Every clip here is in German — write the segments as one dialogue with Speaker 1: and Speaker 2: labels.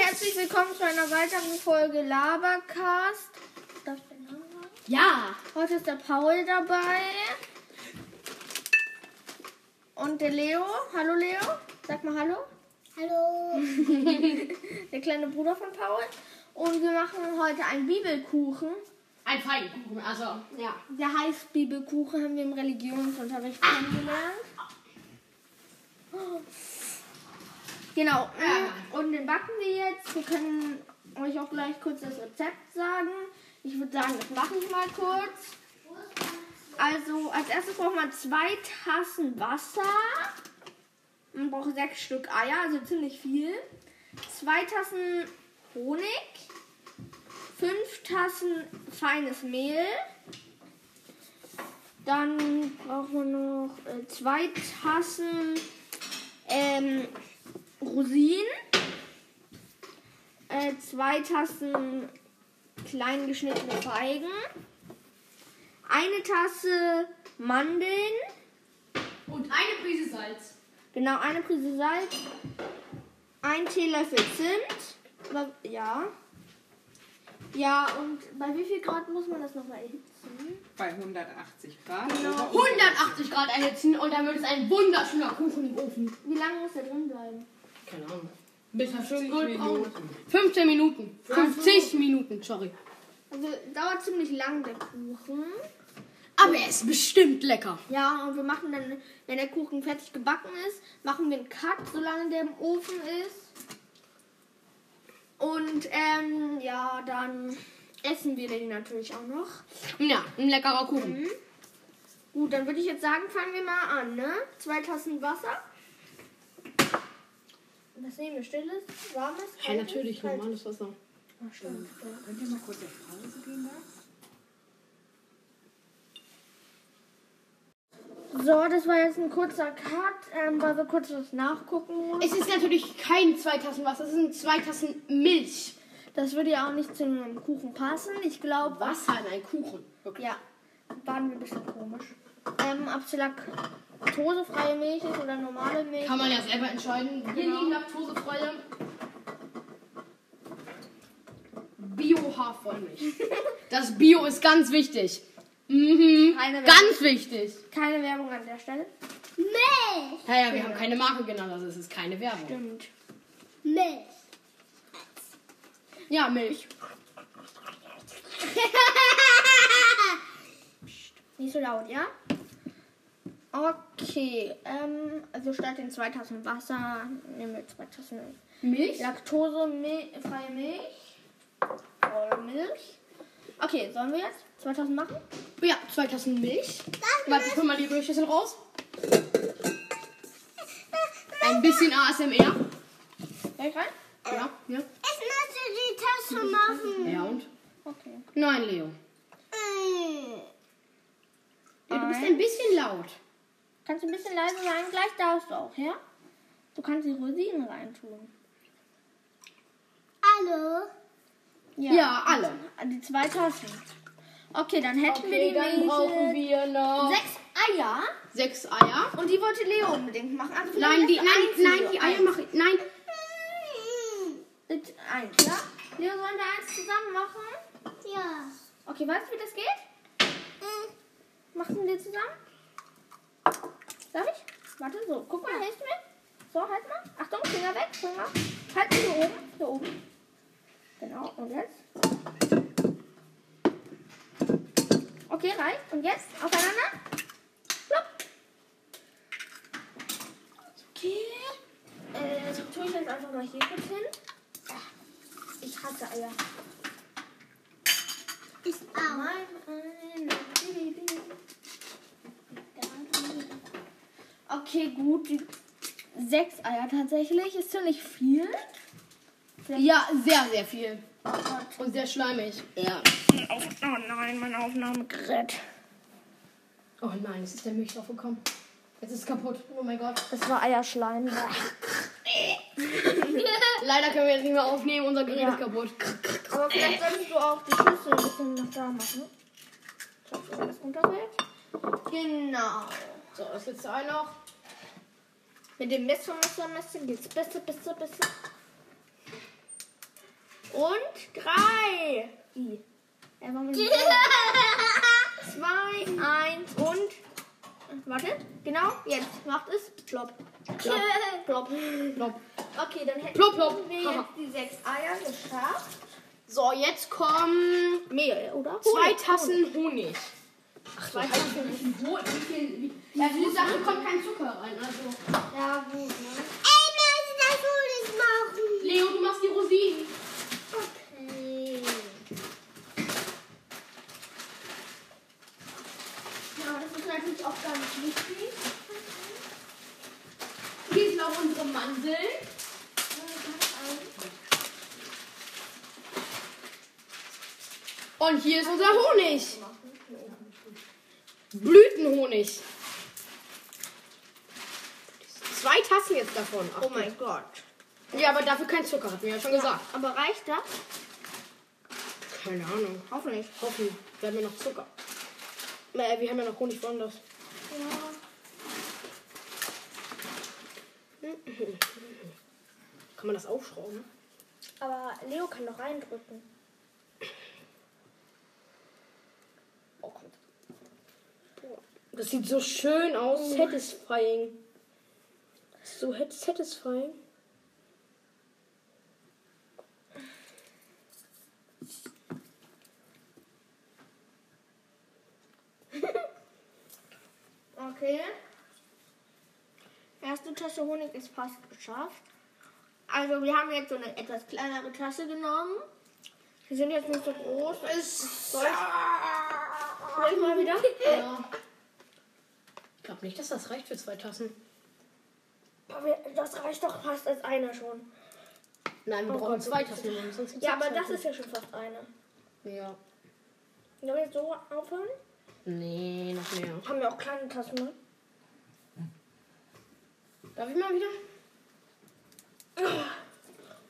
Speaker 1: herzlich willkommen zu einer weiteren Folge Labercast. Darf ich den Namen sagen?
Speaker 2: Ja.
Speaker 1: Heute ist der Paul dabei. Und der Leo. Hallo Leo. Sag mal Hallo. Hallo. der kleine Bruder von Paul. Und wir machen heute einen Bibelkuchen.
Speaker 2: Ein Feigenkuchen, also, ja.
Speaker 1: Der heißt Bibelkuchen, haben wir im Religionsunterricht kennengelernt. Genau. Und den backen wir jetzt. Wir können euch auch gleich kurz das Rezept sagen. Ich würde sagen, das mache ich mal kurz. Also als erstes braucht man zwei Tassen Wasser. Man braucht sechs Stück Eier, also ziemlich viel. Zwei Tassen Honig. Fünf Tassen feines Mehl. Dann braucht man noch äh, zwei Tassen ähm, Rosinen, äh, zwei Tassen klein geschnittene Feigen, eine Tasse Mandeln,
Speaker 2: Und eine Prise Salz.
Speaker 1: genau eine Prise Salz, ein Teelöffel Zimt, aber, ja. Ja, und bei wie viel Grad muss man das nochmal erhitzen?
Speaker 3: bei 180 Grad.
Speaker 2: Genau. 180 Grad erhitzen und dann wird es ein wunderschöner Kuchen im Ofen.
Speaker 1: Wie lange muss der drin bleiben?
Speaker 2: Keine Ahnung. Bis er schön
Speaker 3: 50
Speaker 2: goldbraun ist.
Speaker 3: Minuten.
Speaker 2: 15 Minuten. 50 Minuten, sorry.
Speaker 1: Also dauert ziemlich lang der Kuchen.
Speaker 2: Aber er ist bestimmt lecker.
Speaker 1: Ja, und wir machen dann, wenn der Kuchen fertig gebacken ist, machen wir einen Cut, solange der im Ofen ist. Und ähm, ja, dann essen wir den natürlich auch noch.
Speaker 2: Ja, ein leckerer Kuchen.
Speaker 1: Gut, dann würde ich jetzt sagen, fangen wir mal an, ne? Zwei Tassen Wasser. Was nehmen wir? Stilles? Warmes?
Speaker 2: Ja, natürlich,
Speaker 1: Kaltes?
Speaker 2: normales Wasser.
Speaker 1: Ah, stimmt, ja.
Speaker 3: Könnt ihr mal kurz auf Pause gehen da?
Speaker 1: So, das war jetzt ein kurzer Cut, ähm, weil wir kurz was nachgucken mussten.
Speaker 2: Es ist natürlich kein zwei Tassen Wasser, es sind zwei Tassen Milch.
Speaker 1: Das würde ja auch nicht zu einem Kuchen passen. Ich glaube,
Speaker 2: Wasser in einen Kuchen. Wirklich.
Speaker 1: Ja, waren wir ein bisschen komisch. Ähm, ob es laktosefreie Milch ist oder normale Milch.
Speaker 2: Kann man ja selber entscheiden. Wir
Speaker 1: Genau.
Speaker 2: lieben laktosefreie Bio-Haarvollmilch. Das Bio ist ganz wichtig. Mhm.
Speaker 1: Keine Werbung.
Speaker 2: Ganz wichtig.
Speaker 1: Keine Werbung an der Stelle.
Speaker 4: Milch.
Speaker 2: Naja, wir haben keine Marke genannt, also es ist keine Werbung.
Speaker 1: Stimmt.
Speaker 4: Milch.
Speaker 2: Ja, Milch.
Speaker 1: Nicht so laut, ja? Okay, ähm, also statt den zwei Tassen Wasser nehmen wir zwei Tassen
Speaker 2: Milch?
Speaker 1: laktosefreie Milch. Vollmilch. Okay, sollen wir jetzt 2000 machen?
Speaker 2: Oh Ja, zwei Tassen Milch. Warte, ich hol mal die Milchschüssel raus. Ein bisschen ASMR.
Speaker 1: Gleich rein?
Speaker 2: Ja, ja.
Speaker 4: Ich möchte die Tasche machen.
Speaker 2: Ja und?
Speaker 1: Okay.
Speaker 2: Nein, Leo.
Speaker 4: Mm.
Speaker 2: Leo, du bist
Speaker 1: Nein.
Speaker 2: ein bisschen laut.
Speaker 1: Kannst du ein bisschen leiser sein? Gleich darfst du auch, ja? Du kannst die Rosinen reintun.
Speaker 4: Hallo.
Speaker 2: Ja, alle.
Speaker 1: Die zwei Tassen. Okay, dann hätten wir
Speaker 2: Okay,
Speaker 1: die
Speaker 2: dann brauchen
Speaker 1: Milch.
Speaker 2: wir noch
Speaker 1: Sechs Eier.
Speaker 2: sechs Eier.
Speaker 1: Und die wollte Leo unbedingt machen. Also
Speaker 2: Nein, die,
Speaker 1: vielleicht das
Speaker 2: nein, nein, die Eier
Speaker 1: einzige.
Speaker 2: mache ich. Nein,
Speaker 1: Mit Eins, ja? Leo, sollen wir eins zusammen machen?
Speaker 4: Ja.
Speaker 1: Okay, weißt du, wie das geht? Machen wir zusammen? Darf ich? Warte, so. Guck mal, hilfst du mir? So, halt mal. Achtung, Finger weg, Finger. Halt sie hier oben, hier oben. Genau, und jetzt? Okay, reicht. Und jetzt aufeinander. Plopp. Okay. Äh, das tue ich jetzt einfach mal hier kurz hin. Ah, Ich hasse Eier.
Speaker 4: Ich auch.
Speaker 1: Okay, gut. Die sechs Eier tatsächlich ist ziemlich viel.
Speaker 2: ja, sehr, sehr viel. Und sehr schleimig. Ja.
Speaker 1: Oh nein, mein Aufnahmegerät.
Speaker 2: Oh nein, es ist der Milch draufgekommen. Jetzt ist es kaputt. Oh mein Gott.
Speaker 1: Das war Eierschleim.
Speaker 2: Leider können wir jetzt nicht mehr aufnehmen. Unser Gerät ist kaputt.
Speaker 1: Aber vielleicht solltest du auch die Schüssel ein bisschen nach da machen. Ich hoffe, dass das runterfällt. Genau.
Speaker 2: So, das letzte Ei noch.
Speaker 1: Mit dem Messer, Messer, Messer geht's besser, besser, besser. Und drei. I. Äh, warum ist es- Zwei, eins und. Warte, genau, jetzt macht es. Plopp. Plopp. Plopp.
Speaker 2: Plopp.
Speaker 1: Okay, dann hätten
Speaker 2: Plopp, plopp.
Speaker 1: wir
Speaker 2: Haha.
Speaker 1: jetzt die sechs Eier geschafft. So, jetzt kommen Mehl, oder?
Speaker 2: Zwei Tassen Honig.
Speaker 1: Zwei Tassen.
Speaker 2: Ja, in die Sache kommt kein Zucker rein. Also,
Speaker 4: Ja, gut, ne? Ey, wir müssen das Honig machen.
Speaker 2: Leo, du machst die Rosinen.
Speaker 4: Okay.
Speaker 1: Ja, das ist natürlich auch ganz wichtig.
Speaker 2: Hier sind auch unsere Mandeln. Und hier ist unser Honig. Blütenhonig. Zwei Tassen jetzt davon.
Speaker 1: Oh mein Gott.
Speaker 2: Ja, aber dafür kein Zucker, hat mir ja schon gesagt.
Speaker 1: Aber reicht das?
Speaker 2: Keine Ahnung.
Speaker 1: Hoffentlich.
Speaker 2: Hoffen, wir haben ja noch Zucker. Äh, wir haben ja noch Honig woanders. Kann man das aufschrauben?
Speaker 1: Aber Leo kann noch reindrücken.
Speaker 2: Oh Das sieht so schön aus. Satisfying. So hat- satisfying.
Speaker 1: Okay. Erste Tasse Honig ist fast geschafft. Also wir haben jetzt so eine etwas kleinere Tasse genommen. Die sind jetzt nicht so groß. Soll ich, soll ich mal wieder?
Speaker 2: Ja. Ich glaube nicht, dass das reicht für zwei Tassen.
Speaker 1: Aber wir- Das reicht doch fast als eine schon.
Speaker 2: Nein, wir
Speaker 1: Oh
Speaker 2: brauchen
Speaker 1: Gott.
Speaker 2: zwei Tassen. wir müssen sonst
Speaker 1: Ja, aber
Speaker 2: Zucker
Speaker 1: das
Speaker 2: halten.
Speaker 1: ist ja schon fast eine.
Speaker 2: Ja.
Speaker 1: Sollen wir jetzt so aufhören?
Speaker 2: Nee, noch mehr.
Speaker 1: Haben wir auch kleine Tassen, ne?
Speaker 2: Darf ich mal wieder?
Speaker 1: Oh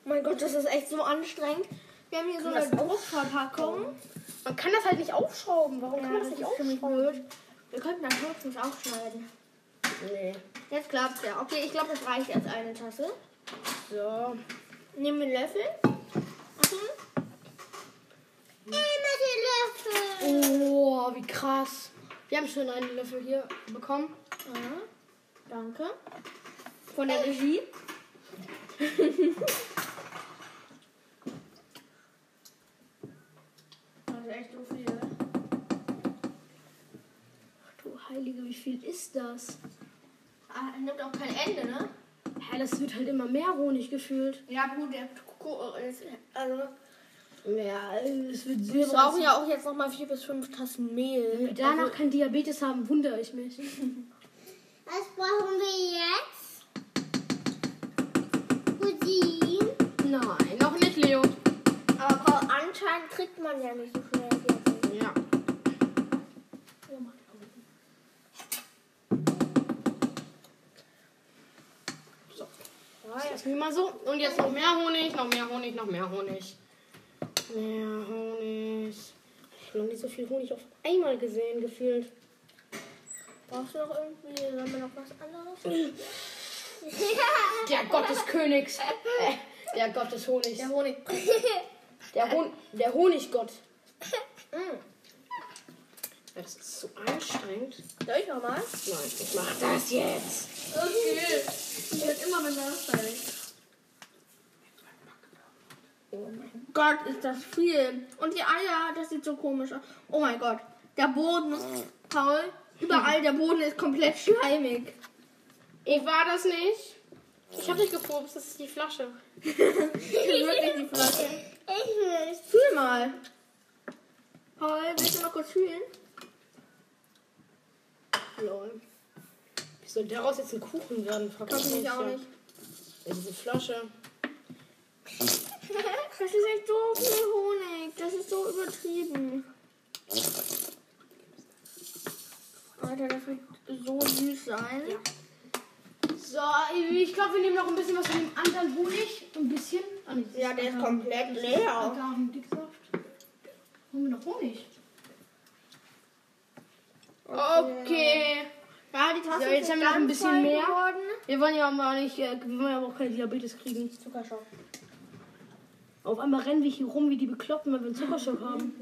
Speaker 1: mein Gott, das ist echt so anstrengend. Wir haben hier so eine Druckverpackung.
Speaker 2: Man kann das halt nicht aufschrauben. Warum
Speaker 1: Ja,
Speaker 2: kann man das
Speaker 1: das
Speaker 2: nicht
Speaker 1: ist ziemlich
Speaker 2: aufschrauben?
Speaker 1: Wir könnten das höchstens aufschneiden.
Speaker 2: Nee.
Speaker 1: Jetzt klappt's ja. Okay, ich glaube, das reicht als eine Tasse.
Speaker 2: So.
Speaker 1: Nehmen wir einen Löffel. Mhm.
Speaker 4: Ey, mit den Löffeln.
Speaker 2: Oh, wie krass. Wir haben schon einen Löffel hier bekommen.
Speaker 1: Ja, danke. Von
Speaker 2: Äh.
Speaker 1: der Regie. das ist echt so viel. Ach du Heilige, wie viel ist das? Ah, er nimmt auch kein Ende, ne?
Speaker 2: Ja, das wird halt immer mehr Honig gefühlt.
Speaker 1: Ja, gut, der Koko ist. Also,
Speaker 2: Ja, es also- wird
Speaker 1: wir
Speaker 2: süß.
Speaker 1: brauchen ja auch jetzt nochmal vier bis fünf Tassen Mehl.
Speaker 2: Danach kein Diabetes haben, wundere ich mich.
Speaker 4: Was brauchen wir jetzt? Rosinen.
Speaker 2: Nein, noch nicht, Leo.
Speaker 1: Aber anscheinend kriegt man ja nicht so schnell hier.
Speaker 2: Ja. So, das lassen wir mal so. Und jetzt noch mehr Honig, noch mehr Honig, noch mehr Honig. Mehr Honig. Ich habe noch nie so viel Honig auf einmal gesehen, gefühlt.
Speaker 1: Brauchst du noch irgendwie, sollen wir noch was anderes?
Speaker 2: Der Gott des Königs. Äh, Der Gott des Honigs. Der, Honig. der, Hon der Honiggott.
Speaker 1: Mm,
Speaker 2: Ja, Das ist so anstrengend.
Speaker 1: Soll ich nochmal?
Speaker 2: Nein, ich mach das jetzt.
Speaker 1: Okay. Ich werde immer benachteiligt. Oh mein Gott, ist das viel. Und die Eier, das sieht so komisch aus. Oh mein Gott, der Boden ist, Paul, überall der Boden ist komplett schleimig.
Speaker 2: Ich war das nicht. Ich hab dich gepupst, das ist die Flasche.
Speaker 1: Das ist wirklich die Flasche.
Speaker 4: Ich will.
Speaker 1: Fühl mal. Paul, willst du mal kurz fühlen?
Speaker 2: Lol. Wie soll daraus jetzt ein Kuchen werden? Frag
Speaker 1: Kann ich auch nicht.
Speaker 2: Das ist eine Flasche.
Speaker 1: Das ist echt so viel Honig. Das ist so übertrieben. Alter, das wird so süß sein.
Speaker 2: So, ich glaube, wir nehmen noch ein bisschen was von dem anderen Honig. Ein bisschen. Ah, nee, das
Speaker 1: Ja, der ist
Speaker 2: Angaben-
Speaker 1: komplett leer.
Speaker 2: Agavendicksaft. Holen wir noch Honig. okay.
Speaker 1: Ja, die Tasse
Speaker 2: So,
Speaker 1: ist
Speaker 2: jetzt haben wir noch
Speaker 1: ganz
Speaker 2: ein bisschen
Speaker 1: voll
Speaker 2: mehr.
Speaker 1: Geworden.
Speaker 2: Wir wollen ja auch mal nicht, äh, wir wollen ja auch keine Diabetes kriegen.
Speaker 1: Zuckerschock.
Speaker 2: Auf einmal rennen wir hier rum wie die Bekloppten, weil wir einen Zuckerschock haben.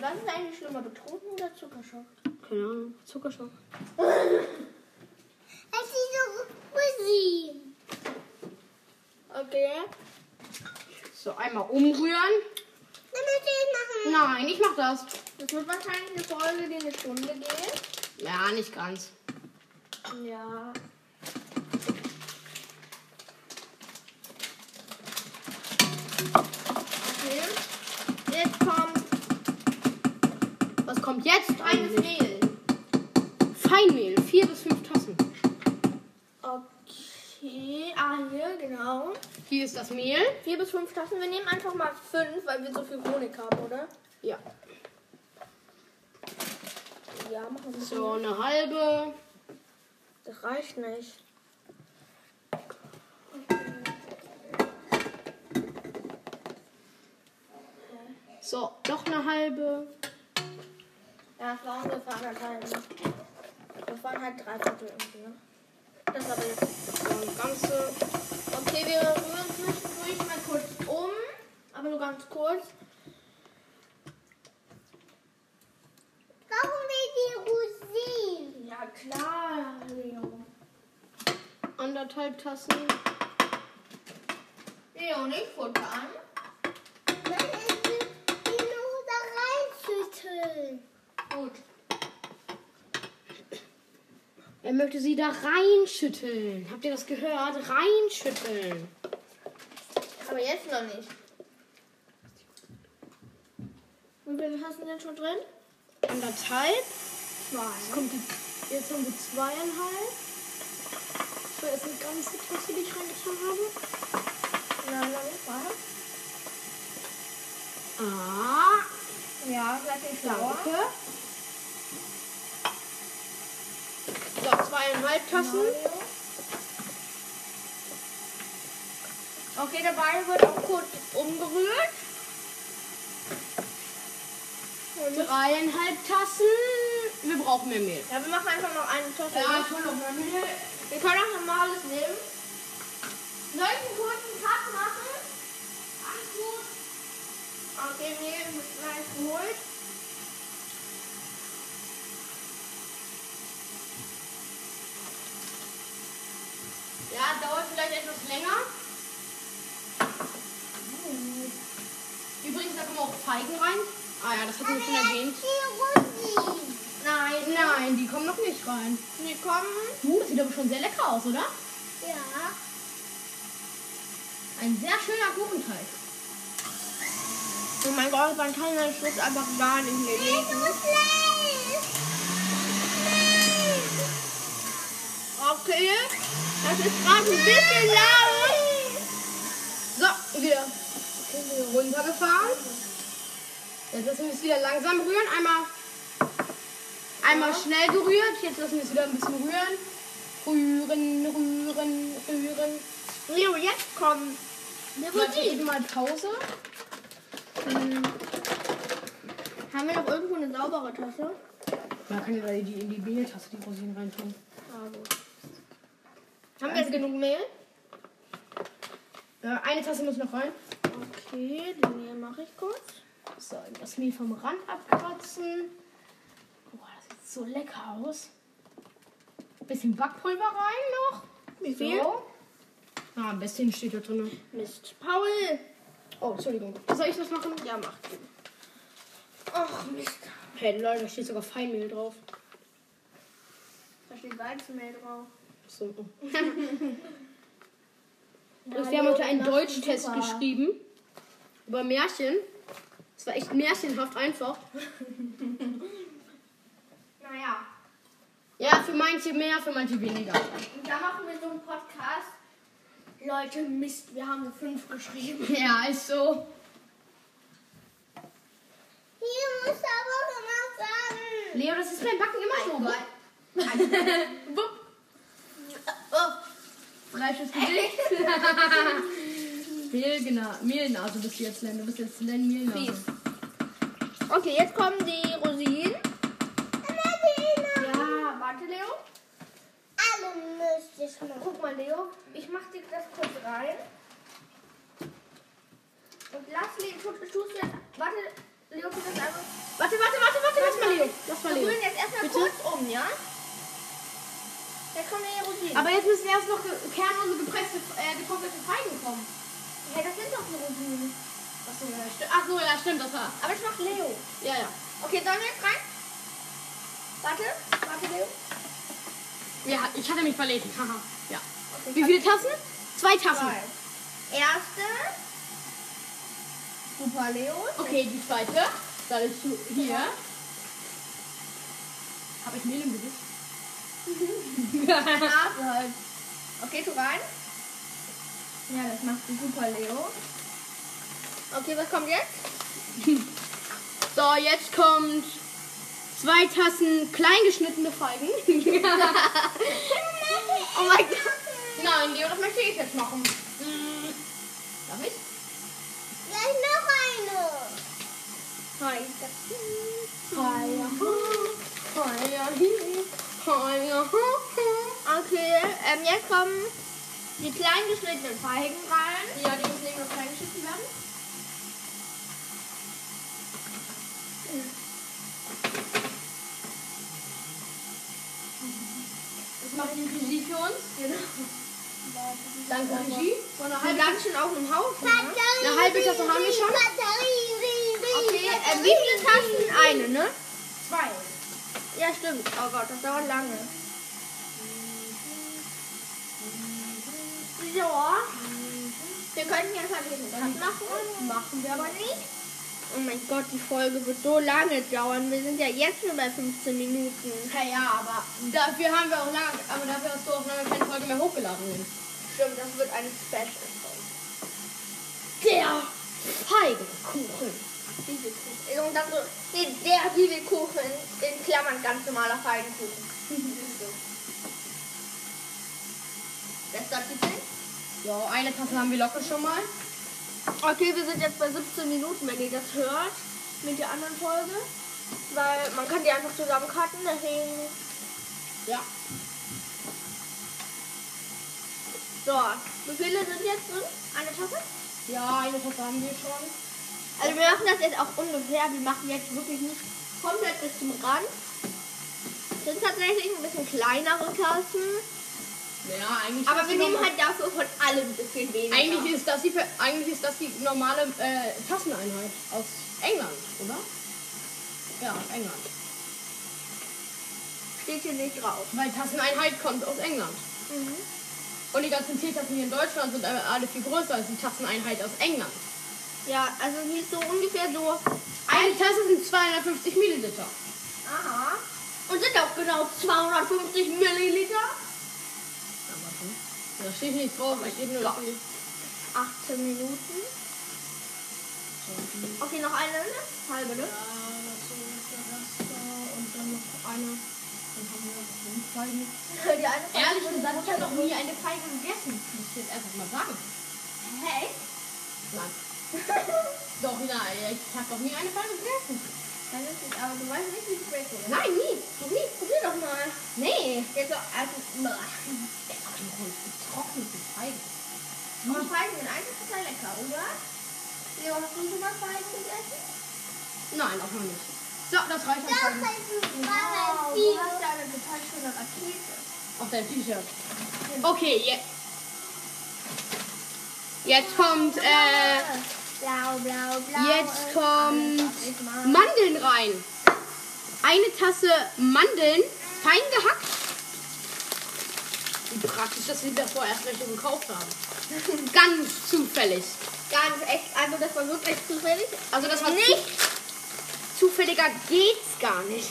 Speaker 1: Was ist eigentlich schlimmer, betrunken oder Zuckerschock?
Speaker 2: Keine Ahnung, Zuckerschock.
Speaker 4: Es ist so Rosin.
Speaker 1: Okay.
Speaker 2: So, einmal umrühren.
Speaker 4: Dann möchte ich machen.
Speaker 2: Nein, ich mach das.
Speaker 1: Das wird wahrscheinlich eine Folge, die eine Stunde geht.
Speaker 2: Ja, nicht ganz.
Speaker 1: Ja. Okay. Jetzt kommt
Speaker 2: Was kommt jetzt?
Speaker 1: feines
Speaker 2: eigentlich?
Speaker 1: Mehl.
Speaker 2: Feinmehl, vier bis fünf Tassen.
Speaker 1: Okay. Ah, hier, genau.
Speaker 2: Hier ist das Mehl.
Speaker 1: Vier bis fünf Tassen. Wir nehmen einfach mal fünf, weil wir so viel Honig haben, oder?
Speaker 2: Ja.
Speaker 1: Ja, machen wir
Speaker 2: So, eine halbe.
Speaker 1: Das reicht nicht.
Speaker 2: So, noch eine halbe.
Speaker 1: Ja, das war ungefähr anderthalb. ne? Das waren halt drei Viertel irgendwie, ne? Das ist aber jetzt.
Speaker 2: So, das Ganze.
Speaker 1: Okay, wir rühren zwischendurch mal kurz um, aber nur ganz kurz.
Speaker 4: Brauchen wir die Rosin?
Speaker 1: Ja, klar, Leo.
Speaker 2: Anderthalb Tassen.
Speaker 1: Leo, nicht futtern.
Speaker 4: Dann ist die die noch da reinschütteln.
Speaker 1: Gut.
Speaker 2: Er möchte sie da reinschütteln. Habt ihr das gehört? Reinschütteln.
Speaker 1: Aber jetzt noch nicht. Wie viel hast du denn schon drin?
Speaker 2: Anderthalb. Jetzt
Speaker 1: Zwei.
Speaker 2: kommt die. Jetzt haben wir zweieinhalb. Das war jetzt eine ganze Tasse, die ich reingetan habe.
Speaker 1: Na, na, warte.
Speaker 2: Ah,
Speaker 1: Ja, bleib den
Speaker 2: danke. So, zweieinhalb Tassen.
Speaker 1: Okay, dabei wird auch kurz umgerührt.
Speaker 2: Dreieinhalb Tassen. Wir brauchen mehr Mehl.
Speaker 1: Ja, wir machen einfach noch eine Torte.
Speaker 2: Ja,
Speaker 1: ich noch mal Mühe. Wir können auch normales nehmen. Neun Sekunden Cut machen. Ach gut. Okay, Mehl wird gleich geholt. Ja, dauert vielleicht etwas länger.
Speaker 2: Übrigens, da kommen auch Feigen rein. Ah ja, das hat ich schon erwähnt.
Speaker 4: Die Rosin.
Speaker 1: Nein,
Speaker 2: Nein, die kommen noch nicht rein.
Speaker 1: Wir kommen.
Speaker 2: Uh, das sieht aber schon sehr lecker aus, oder?
Speaker 4: Ja.
Speaker 2: Ein sehr schöner Kuchenteig.
Speaker 1: Oh mein Gott, man kann das jetzt einfach gar nicht mehr
Speaker 4: Ich
Speaker 1: lesen.
Speaker 4: muss leer.
Speaker 1: Okay, das ist gerade ein bisschen laut.
Speaker 2: So, wieder runtergefahren. Jetzt lassen wir es wieder langsam rühren. Einmal, einmal schnell gerührt. Jetzt lassen wir es wieder ein bisschen rühren. Rühren, rühren, rühren.
Speaker 1: Leo, jetzt kommen.
Speaker 2: Wir machen mal Pause.
Speaker 1: Hm. Haben wir noch irgendwo eine saubere Tasse?
Speaker 2: Man kann ja die in die Mehltasse die Rosinen reintun.
Speaker 1: Ah, gut. Haben wir jetzt genug Mehl?
Speaker 2: Äh, eine Tasse muss noch rein.
Speaker 1: Okay, den Mehl mache ich kurz.
Speaker 2: So, das Mehl vom Rand abkratzen. Boah, das sieht so lecker aus. Bisschen Backpulver rein noch.
Speaker 1: Wie viel?
Speaker 2: So. Ah, ein bisschen steht da drin.
Speaker 1: Mist. Paul!
Speaker 2: Oh, Entschuldigung.
Speaker 1: Soll ich das machen? Ja, mach du. Och, Mist.
Speaker 2: Hey Leute, da steht sogar Feinmehl drauf.
Speaker 1: Da steht Weizenmehl drauf.
Speaker 2: So. Und wir haben heute einen Deutschtest geschrieben. Über Märchen. Das war echt märchenhaft einfach.
Speaker 1: Naja,
Speaker 2: Ja, für manche mehr, für manche weniger.
Speaker 1: und da machen wir so einen Podcast. Leute, Mist, wir haben eine 5 geschrieben.
Speaker 2: Ja, ist so.
Speaker 4: Hier muss aber noch mal sagen.
Speaker 2: Leo, das ist beim Backen immer so. geil. Falsches Gesicht. Mehlgena genau. Mehlnase bist du jetzt, Len. Du bist jetzt Len Mehlnase.
Speaker 1: Okay, jetzt kommen die Rosinen.
Speaker 4: Dann möchte ich noch
Speaker 1: Ja, warte, Leo.
Speaker 4: alle müsste ich machen.
Speaker 1: Guck mal, Leo. Ich mach dir das kurz rein. Und lass Leo, tust du jetzt. Warte, Leo, tut das einfach. Warte, warte, warte, warte,
Speaker 2: Lass mal Leo. Lass mal
Speaker 1: Wir
Speaker 2: Leo.
Speaker 1: rühren jetzt erstmal
Speaker 2: Bitte?
Speaker 1: kurz um, ja? Da kommen ja Rosinen.
Speaker 2: Aber jetzt müssen erst noch ge- kernlose gepresste, äh, getrocknete Feigen kommen.
Speaker 1: Hä, das sind doch die Rosinen.
Speaker 2: Achso, ja, stimmt. Ach so, ja, stimmt, das war.
Speaker 1: Aber das macht Leo.
Speaker 2: Ja, ja.
Speaker 1: Okay, sollen wir jetzt rein? Warte, warte, Leo.
Speaker 2: ja ich hatte mich verlesen. Haha. ja. Wie viele Tassen? Zwei Tassen.
Speaker 1: Zwei. Erste. Super Leo.
Speaker 2: Okay, die zweite. Dann ist zu hier. Habe ich Mehl im Gesicht?
Speaker 1: Nase halt. Okay, tu rein. Ja, das macht ein super Leo. Okay, was kommt jetzt?
Speaker 2: so, jetzt kommt zwei Tassen klein geschnittene Feigen.
Speaker 1: Oh mein Gott.
Speaker 2: Nein, Leo, das möchte ich jetzt machen. Hm. Darf ich?
Speaker 4: Gleich noch eine.
Speaker 2: Hi. Hi. Hi. Oh, Hi.
Speaker 1: Okay, ähm, jetzt kommen die klein geschnittenen Feigen rein.
Speaker 2: Ja, die müssen eben noch klein geschnitten werden. Das macht die Regie für uns. Genau. Danke, Genau. Regie. So eine
Speaker 1: Die
Speaker 2: halbe,
Speaker 1: landen schon auf dem Haufen. Ne?
Speaker 2: eine halbe Tasse haben wir schon.
Speaker 1: Okay,
Speaker 4: Okay,
Speaker 1: äh, wie viele Tassen? Eine, ne?
Speaker 2: Zwei.
Speaker 1: Ja, stimmt. Oh Gott, das dauert lange. So. Wir könnten ja verlesen dran machen. Machen wir aber nicht. Oh mein Gott, die Folge wird so lange dauern. Wir sind ja jetzt schon bei 15 Minuten.
Speaker 2: Hey, ja, aber dafür haben wir auch lange, aber dafür hast du auch lange keine Folge mehr hochgeladen.
Speaker 1: Stimmt, das wird eine Special-Folge.
Speaker 2: Der Feigenkuchen.
Speaker 1: Bibelkuchen. Und dann so, nee, der Bibelkuchen in Klammern ganz normaler Feigenkuchen. Bester Titel.
Speaker 2: Ja, eine Tasse haben wir locker schon mal.
Speaker 1: Okay, wir sind jetzt bei 17 Minuten, wenn ihr das hört, mit der anderen Folge. Weil man kann die einfach zusammenkarten, deswegen.
Speaker 2: Ja.
Speaker 1: So, wie viele sind jetzt drin? Eine Tasse?
Speaker 2: Ja, eine Tasse haben wir schon.
Speaker 1: Also wir machen das jetzt auch ungefähr. Wir machen jetzt wirklich nicht komplett bis zum Rand. Es sind tatsächlich ein bisschen kleinere Tassen.
Speaker 2: Ja, eigentlich.
Speaker 1: Aber
Speaker 2: ist
Speaker 1: wir
Speaker 2: die
Speaker 1: nehmen
Speaker 2: norma-
Speaker 1: halt dafür von allem ein bisschen weniger.
Speaker 2: Eigentlich ist das die, für- eigentlich ist das die normale äh, Tasseneinheit aus England, oder? Ja, aus England.
Speaker 1: steht hier nicht drauf.
Speaker 2: Weil Tasseneinheit kommt aus England. Mhm. Und die ganzen Teetassen hier in Deutschland sind aber alle viel größer als die Tasseneinheit aus England.
Speaker 1: Ja, also hier ist so ungefähr so.
Speaker 2: Eine Tasse sind 250 Milliliter.
Speaker 1: Aha. Und sind auch genau 250 Milliliter.
Speaker 2: Aber schon. Da steht nichts drauf, da steht nur, dass die
Speaker 1: 18 Minuten. Okay, noch eine ne? halbe, ne? Die eine
Speaker 2: Ehrlich gesagt, ich habe noch nie eine Feige gegessen. Muss ich jetzt einfach mal sagen.
Speaker 1: Hey.
Speaker 2: Nein. Doch, nein, ich habe noch nie eine Feige gegessen.
Speaker 1: Das ist es, aber du weißt nicht, wie die schmeckt, oder?
Speaker 2: Nein, nie. Noch nie.
Speaker 1: Probier doch mal.
Speaker 2: Nee.
Speaker 1: Jetzt so, also,
Speaker 2: Der ist doch noch ein getrocknete Feige.
Speaker 1: aber Feigen sind eigentlich total lecker, oder? Leo, hast du schon mal Feigen gegessen?
Speaker 2: Nein, auch noch nicht. So, das reicht
Speaker 4: das
Speaker 2: auch schon.
Speaker 4: heißt, es
Speaker 1: Wow,
Speaker 4: war
Speaker 1: du
Speaker 4: ein
Speaker 1: hast ja eine total schöne Rakete.
Speaker 2: Auf dein T-Shirt. Okay, jetzt. Jetzt kommt, äh,
Speaker 4: Blau, blau, blau.
Speaker 2: jetzt
Speaker 4: und
Speaker 2: kommt
Speaker 4: alles auf einmal.
Speaker 2: Mandeln rein. Eine Tasse Mandeln, fein gehackt. Wie praktisch, dass wir davor erst welche gekauft haben. Ganz zufällig.
Speaker 1: Gar nicht echt, also das war wirklich zufällig.
Speaker 2: Also das war
Speaker 1: Nicht
Speaker 2: zufälliger geht's gar nicht.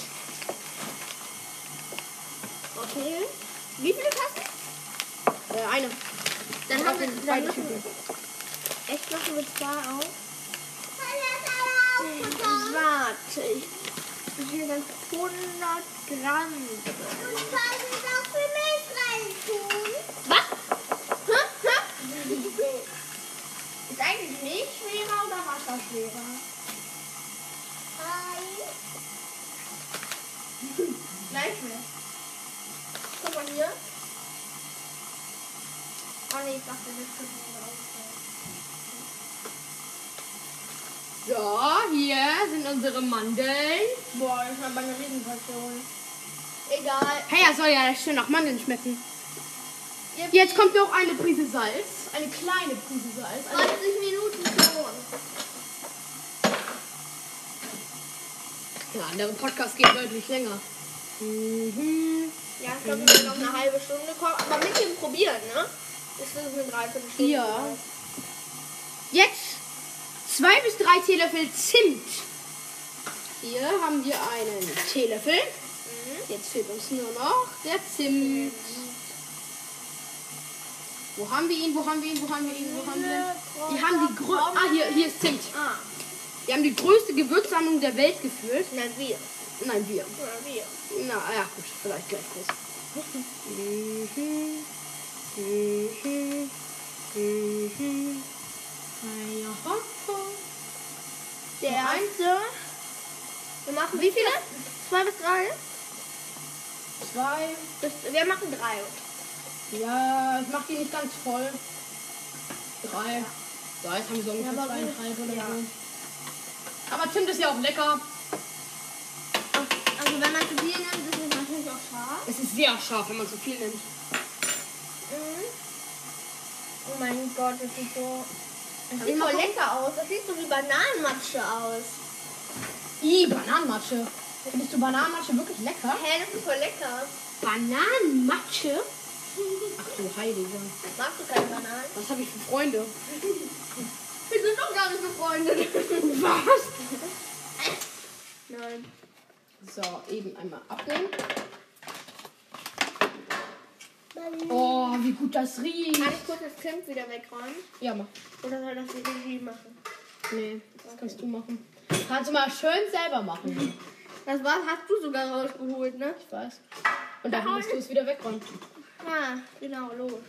Speaker 1: Okay. Wie viele Tassen?
Speaker 2: Äh, eine.
Speaker 1: Dann
Speaker 2: Auf
Speaker 1: haben wir
Speaker 2: den
Speaker 1: dann
Speaker 2: beiden
Speaker 1: müssen
Speaker 2: Typen.
Speaker 1: wir- Echt machen wir zwei auf. Äh,
Speaker 4: Alles auf,
Speaker 1: Warte. Ich bin hier ganz 100 Gramm.
Speaker 4: Und kannst du noch für mich reintun?
Speaker 1: Was? Hä? Hä? Ist eigentlich Milch schwerer oder Wasser schwerer?
Speaker 4: Hi.
Speaker 1: Gleich mehr. Guck mal hier. Oh ne, ich dachte, das könnte man
Speaker 2: So, hier sind unsere Mandeln.
Speaker 5: Boah, ich habe eine Riesenportion.
Speaker 1: Egal.
Speaker 2: Hey, er soll ja schön nach Mandeln schmecken. Jetzt kommt noch eine Prise Salz. Eine kleine Prise Salz. Also Eine
Speaker 1: 20 Minuten schon.
Speaker 2: Der andere Podcast geht deutlich länger. Mhm.
Speaker 1: Ja, ich glaube, wir sind noch eine halbe Stunde kommen. Aber mit dem Probieren, ne? Ist das eine Dreiviertelstunde?
Speaker 2: Ja. Jetzt zwei bis drei Teelöffel Zimt. Hier haben wir einen Teelöffel. Jetzt fehlt uns nur noch der Zimt. Wo haben wir ihn? Wo haben wir ihn? Wo haben wir ihn? Wo haben wir ihn? Wir haben die grö ah, hier, hier ist Zimt.
Speaker 1: Ah,
Speaker 2: Wir haben die größte Gewürzsammlung der Welt geführt.
Speaker 1: na wir.
Speaker 2: Nein, wir.
Speaker 1: Na wir.
Speaker 2: Na ah ja, gut, vielleicht gleich groß. Mhm. Mhm. Mhm. Eier, hopp, hopp.
Speaker 5: Der erste.
Speaker 1: Wir machen Mhm. wie viele? Zwei bis drei?
Speaker 2: Zwei.
Speaker 1: Das, wir machen drei.
Speaker 2: Ja, ich mach die nicht ganz voll. Drei. So, jetzt haben wir so ungefähr
Speaker 1: aber
Speaker 2: zweieinhalb oder so. Aber Zimt ist ja auch lecker.
Speaker 1: Also wenn man zu viel nimmt, ist es natürlich auch scharf.
Speaker 2: Es ist sehr scharf, wenn man zu viel nimmt.
Speaker 1: Mhm. Oh mein Gott, das sieht so. Das sieht voll lecker aus. Das sieht so wie Bananenmatsche aus.
Speaker 2: Ih, Bananenmatsche. Findest du Bananenmatsche wirklich lecker?
Speaker 1: Hä, das ist voll lecker.
Speaker 2: Bananenmatsche? Ach du Heilige.
Speaker 1: Magst du keine Bananen?
Speaker 2: Was habe ich für Freunde?
Speaker 1: Wir sind doch gar nicht befreundet.
Speaker 2: Was?
Speaker 1: Nein.
Speaker 2: So, eben einmal abnehmen. Oh, wie gut das riecht.
Speaker 1: Kann ich kurz das Zimt wieder wegräumen?
Speaker 2: Ja, mach.
Speaker 1: Oder soll das wieder die machen?
Speaker 2: Nee, das kannst du machen. Kannst du mal schön selber machen.
Speaker 1: Das war, hast du sogar rausgeholt, ne?
Speaker 2: Ich weiß. Und dann musst du es wieder wegräumen.
Speaker 1: Ah, genau, los. Also,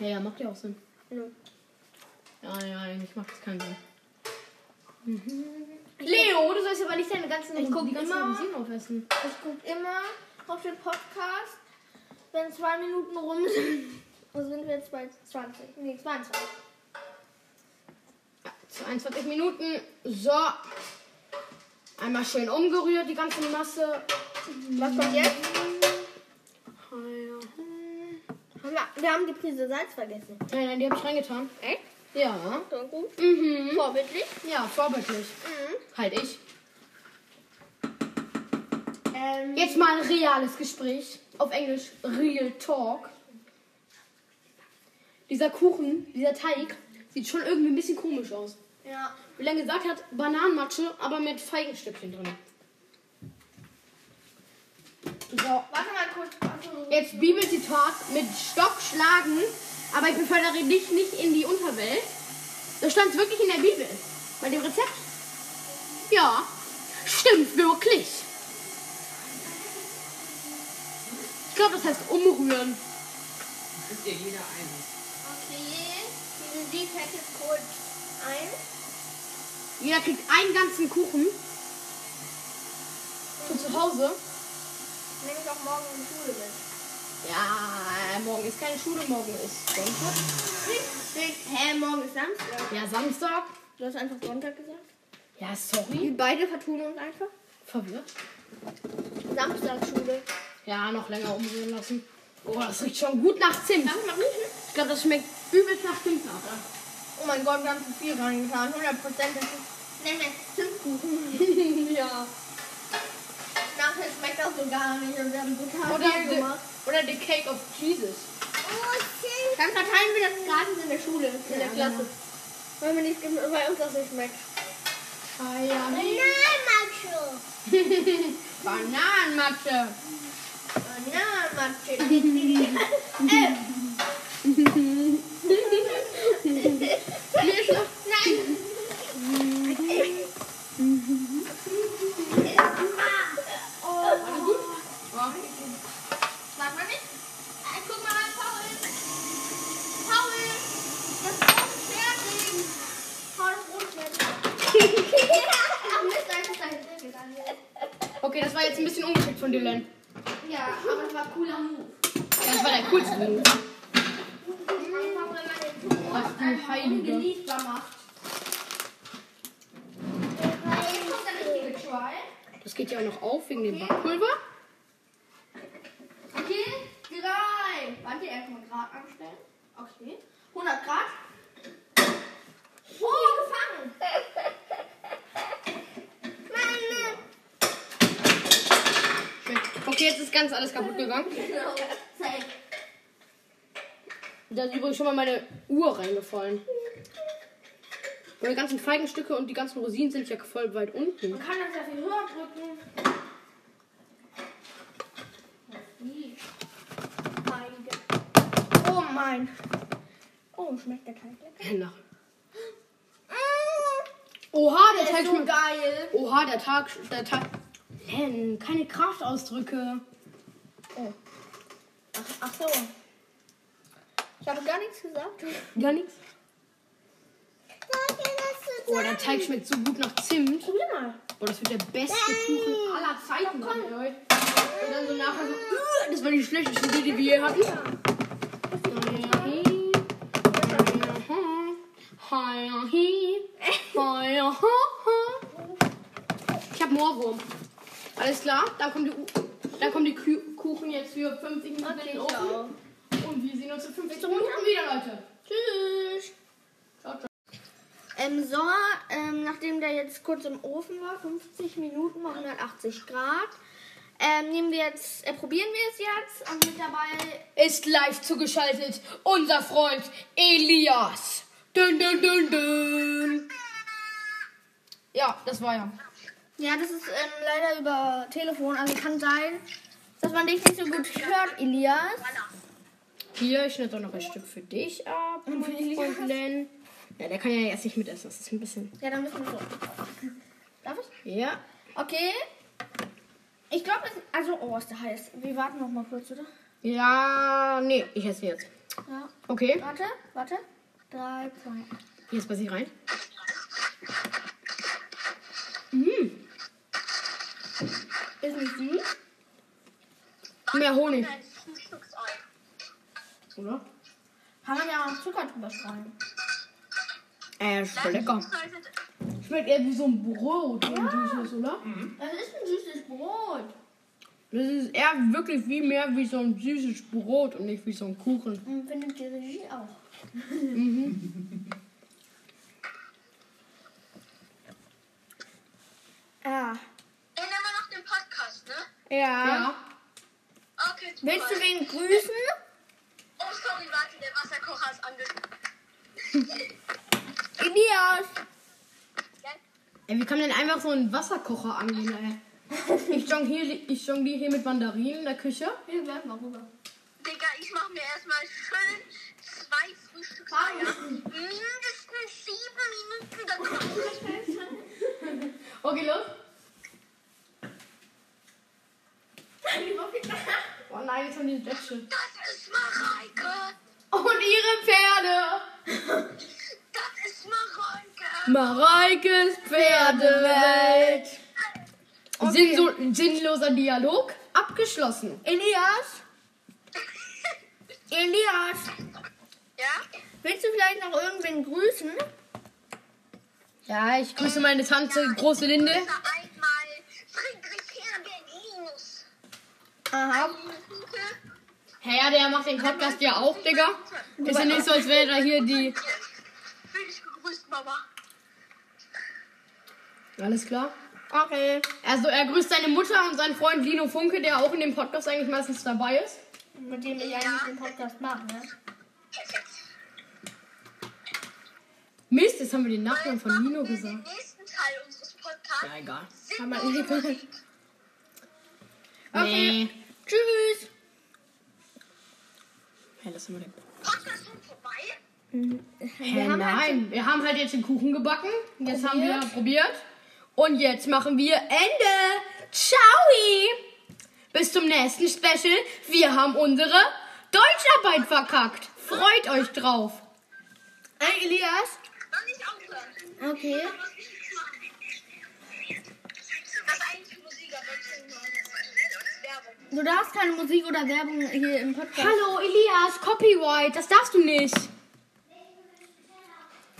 Speaker 2: Ja, ja, macht ja auch Sinn.
Speaker 1: Los.
Speaker 2: Ja, ja, eigentlich macht das keinen Sinn.
Speaker 1: Leo, du sollst aber nicht deine ganzen
Speaker 2: Ich guck die ganze
Speaker 1: immer,
Speaker 2: Rosinen aufessen.
Speaker 1: Ich gucke immer auf den Podcast, wenn zwei Minuten rum sind. Wo sind wir jetzt bei 20? Nee, 22.
Speaker 2: Ja, 22 Minuten. So. Einmal schön umgerührt, die ganze Masse.
Speaker 1: Was kommt jetzt?
Speaker 2: Ah, ja.
Speaker 1: Hm, Haben wir, wir haben die Prise Salz vergessen.
Speaker 2: Nein, nein, die habe ich reingetan.
Speaker 1: Echt?
Speaker 2: Ja.
Speaker 1: So gut.
Speaker 2: Mhm.
Speaker 1: Hm? Vorbildlich.
Speaker 2: Ja, vorbildlich.
Speaker 1: Hm.
Speaker 2: Halt ich.
Speaker 1: Ähm,
Speaker 2: Jetzt mal ein reales Gespräch. Auf Englisch Real Talk. Dieser Kuchen, dieser Teig, sieht schon irgendwie ein bisschen komisch aus.
Speaker 1: ja.
Speaker 2: Wie lange gesagt hat, Bananenmatsche, aber mit Feigenstückchen drin.
Speaker 1: Warte
Speaker 2: So,
Speaker 1: mal kurz. Achso.
Speaker 2: jetzt Bibelzitat mit Stock schlagen, aber ich befördere dich nicht in die Unterwelt. Das stand wirklich in der Bibel. Bei dem Rezept? Ja, stimmt wirklich. Ich glaube, das heißt umrühren.
Speaker 3: Ist ihr jeder einig?
Speaker 1: Okay. Die Musik jetzt kurz ein.
Speaker 2: Jeder kriegt einen ganzen Kuchen. Für zu Hause.
Speaker 1: Nehme ich auch morgen in die Schule mit.
Speaker 2: Ja, morgen ist keine Schule, morgen ist Sonntag.
Speaker 1: Hä, morgen ist Samstag.
Speaker 2: Ja, Samstag.
Speaker 1: Du hast einfach Sonntag gesagt.
Speaker 2: Ja,
Speaker 1: Wir
Speaker 2: sorry.
Speaker 1: beide vertun uns einfach.
Speaker 2: Verwirrt.
Speaker 1: Samstagsschule.
Speaker 2: Ja, noch länger umrühren lassen. Oh, das riecht schon gut nach Zimt.
Speaker 1: Darf ich mal riechen?
Speaker 2: Ich glaube, das schmeckt übelst nach Zimt nach.
Speaker 1: Oh mein Gott, wir haben zu viel reingetan. 100 Prozent. Nein, nein, Zimtkuchen.
Speaker 2: ja.
Speaker 1: Nachher schmeckt das so gar nicht und wir haben total
Speaker 2: Oder
Speaker 1: viel
Speaker 2: the,
Speaker 1: gemacht.
Speaker 2: oder the Cake of Jesus.
Speaker 1: Dann verteilen wir das gratis in der Schule, in der Klasse. Weil, wir nicht, gem- weil uns das nicht schmeckt.
Speaker 2: Ah, ja.
Speaker 1: Bananenmatsche.
Speaker 2: Bananenmatsche.
Speaker 1: Bananenmatsche.
Speaker 2: Hier ist noch-
Speaker 1: Nein.
Speaker 2: Oh.
Speaker 1: Sag mal nicht. Äh, Guck mal rein, Paul. Paul, das Brot ist fertig. Paul, das Brot ist fertig. Ach Mist, da ist dein Bild gegangen.
Speaker 2: Okay, das war jetzt ein bisschen ungeschickt von Dylan.
Speaker 1: Ja, aber es war cooler Move.
Speaker 2: Ja, das war der coolste Move.
Speaker 1: Einfach, wenn man den Kuchen
Speaker 2: Ach du Heilige.
Speaker 1: genießbar macht.
Speaker 2: Das geht ja auch noch auf wegen dem Backpulver.
Speaker 1: Okay, drei. Warte, erstmal Grad anstellen. Okay. 100 Grad.
Speaker 4: Oh, gefangen! Meine!
Speaker 2: Okay, jetzt ist ganz alles kaputt gegangen.
Speaker 4: Genau. Safe.
Speaker 2: Da ist übrigens schon mal meine Uhr reingefallen. Meine ganzen Feigenstücke und die ganzen Rosinen sind ja voll weit unten.
Speaker 1: Man kann das ja viel höher drücken. Wie? Meine. Oh mein. Oh, schmeckt der Teig lecker?
Speaker 2: Nach.
Speaker 1: Mm,
Speaker 2: Oha, der Teig schmeckt.
Speaker 1: geil.
Speaker 2: Oha, der Tag. Der Tag. Len, keine Kraftausdrücke.
Speaker 1: Ach, ach so. Ich habe gar nichts gesagt.
Speaker 2: Gar nichts.
Speaker 4: Sollt ihr das
Speaker 2: Oh,
Speaker 4: zusammen?
Speaker 2: der Teig schmeckt so gut nach Zimt.
Speaker 1: Probier mal.
Speaker 2: Oh, das wird der beste Kuchen aller Zeiten. sein, Leute. Und dann so nachher so, "Ugh, das war die schlechteste Idee, die wir je hatten. Ich hab Moorwurm. Alles klar, dann kommen die, U- dann kommen die Kü Kuchen jetzt für 50 Minuten in den Ofen. Und wir sehen uns in 50 Minuten wieder, Leute.
Speaker 1: Tschüss.
Speaker 2: Ciao, ciao.
Speaker 1: Ähm, so, ähm, nachdem der jetzt kurz im Ofen war, 50 Minuten bei 180 Grad, ähm, nehmen wir jetzt, äh, probieren wir es jetzt und mit dabei
Speaker 2: ist live zugeschaltet unser Freund Elias. Dün, dün, dün, dün. Ja, das war ja.
Speaker 1: Ja, das ist ähm, leider über Telefon. Also kann sein, dass man dich nicht so gut hört, Elias.
Speaker 2: Hier, ich schnitte noch ein Stück für dich ab. Und für Elias. Len. Ja, der kann ja erst nicht mitessen. Das ist ein bisschen.
Speaker 1: Ja, dann müssen wir so. Darf ich?
Speaker 2: Ja.
Speaker 1: Okay. Ich glaube, es- also, oh, ist der heiß. Wir warten noch mal kurz, oder?
Speaker 2: Ja, nee, ich esse jetzt.
Speaker 1: Ja.
Speaker 2: Okay,
Speaker 1: Warte, warte. Drei, zwei.
Speaker 2: jetzt passe ich rein.
Speaker 1: Ist nicht süß?
Speaker 2: Mehr Honig. Oder?
Speaker 1: Kann man ja auch Zucker drüber streuen.
Speaker 2: Äh, ist voll lecker. Schmeckt eher wie so ein Brot, wenn du süß ist, oder?
Speaker 1: Das ist ein süßes Brot.
Speaker 2: Das ist eher wirklich wie mehr wie so ein süßes Brot und nicht wie so ein Kuchen.
Speaker 1: Und findet die Regie auch. ah.
Speaker 4: Wir nehmen immer noch den Podcast, ne?
Speaker 1: Ja.
Speaker 4: Okay, super.
Speaker 1: Willst du wen grüßen?
Speaker 4: Oh, sorry, warte, der Wasserkocher ist angekommen.
Speaker 1: Elias.
Speaker 2: Ey, wie kann man denn einfach so einen Wasserkocher angehen, ey? Ich jongliere ich jonglier hier mit Mandarinen in der Küche.
Speaker 1: Wir bleiben mal rüber.
Speaker 4: Digga, ich mach mir erstmal schön zwei Frühstückseier. Mindestens sieben Minuten, dann kommt
Speaker 2: Okay, los. Oh nein, jetzt haben die Dätsche.
Speaker 4: Das ist Mareike!
Speaker 2: Und ihre Pferde.
Speaker 4: Das ist Mareike!
Speaker 2: Mareikes Pferdewelt. Sinnso- sinnloser Dialog abgeschlossen.
Speaker 1: Elias. Elias.
Speaker 4: Ja?
Speaker 1: Willst du vielleicht noch irgendwen grüßen?
Speaker 2: Ja, ich grüße meine Tante, große Linde.
Speaker 4: Oder einmal Friedrich Herbert Linus.
Speaker 1: Aha.
Speaker 2: Herr, der macht den Podcast ja auch, Digga. Ist ja nicht so, als wäre da hier die.
Speaker 4: Will ich gegrüßt, Mama.
Speaker 2: Alles klar.
Speaker 1: Okay.
Speaker 2: Also er grüßt seine Mutter und seinen Freund Lino Funke, der auch in dem Podcast eigentlich meistens dabei ist.
Speaker 1: Mit dem ich eigentlich den Podcast mache, ne?
Speaker 2: Mist, jetzt haben wir den Nachnamen von Lino
Speaker 4: Machen wir Den
Speaker 2: gesagt.
Speaker 4: nächsten Teil unseres Podcasts.
Speaker 2: Ja, egal.
Speaker 4: Sind
Speaker 2: Haben wir
Speaker 4: wir
Speaker 2: eh
Speaker 4: Musik.
Speaker 2: Okay.
Speaker 1: Tschüss.
Speaker 2: Hey, lass mal den.
Speaker 4: Podcast schon vorbei?
Speaker 2: Hey, nein, wir haben halt jetzt den Kuchen gebacken. Jetzt haben wir probiert. Und jetzt machen wir Ende. Ciao! Bis zum nächsten Special. Wir haben unsere Deutscharbeit verkackt. Freut euch drauf.
Speaker 1: Hey, Elias.
Speaker 4: Noch nicht aufhören.
Speaker 1: Okay.
Speaker 4: Da muss ich nichts machen. Das ist eigentlich Musik, aber ich bin nur Werbung.
Speaker 1: Du darfst keine Musik oder Werbung hier im Podcast.
Speaker 2: Hallo Elias, Copyright, das darfst du nicht.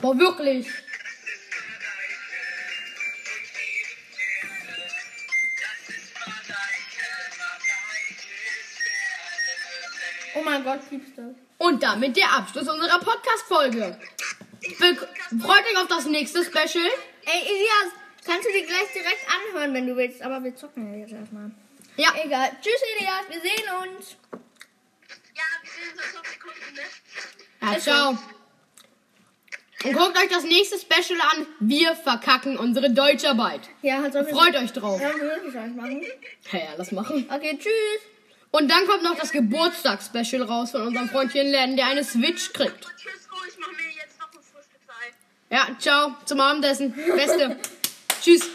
Speaker 2: Boah, wirklich.
Speaker 1: Oh mein Gott, Liebster.
Speaker 2: Und damit der Abschluss unserer Podcast-Folge. Willk- Freut euch auf das nächste Special.
Speaker 1: Ey, Elias, kannst du dir gleich direkt anhören, wenn du willst. Aber wir zocken ja jetzt erstmal.
Speaker 2: Ja,
Speaker 1: Egal. Tschüss, Elias. Wir sehen uns.
Speaker 4: Ja, wir sehen uns noch Sekunden, ne?
Speaker 2: ja ciao. Also, Und guckt euch das nächste Special an. Wir verkacken unsere Deutscharbeit.
Speaker 1: Ja, als ob wir
Speaker 2: Freut euch drauf.
Speaker 1: Ja, wir würden es eigentlich machen.
Speaker 2: Ja, ja, lass machen.
Speaker 1: Okay, tschüss.
Speaker 2: Und dann kommt noch das Geburtstagsspecial raus von unserem Freundchen Len, der eine Switch kriegt.
Speaker 4: Und tschüss, Go, ich mach mir jetzt noch ein Frühstücksei.
Speaker 2: Ja, ciao. Zum Abendessen. Beste. Tschüss.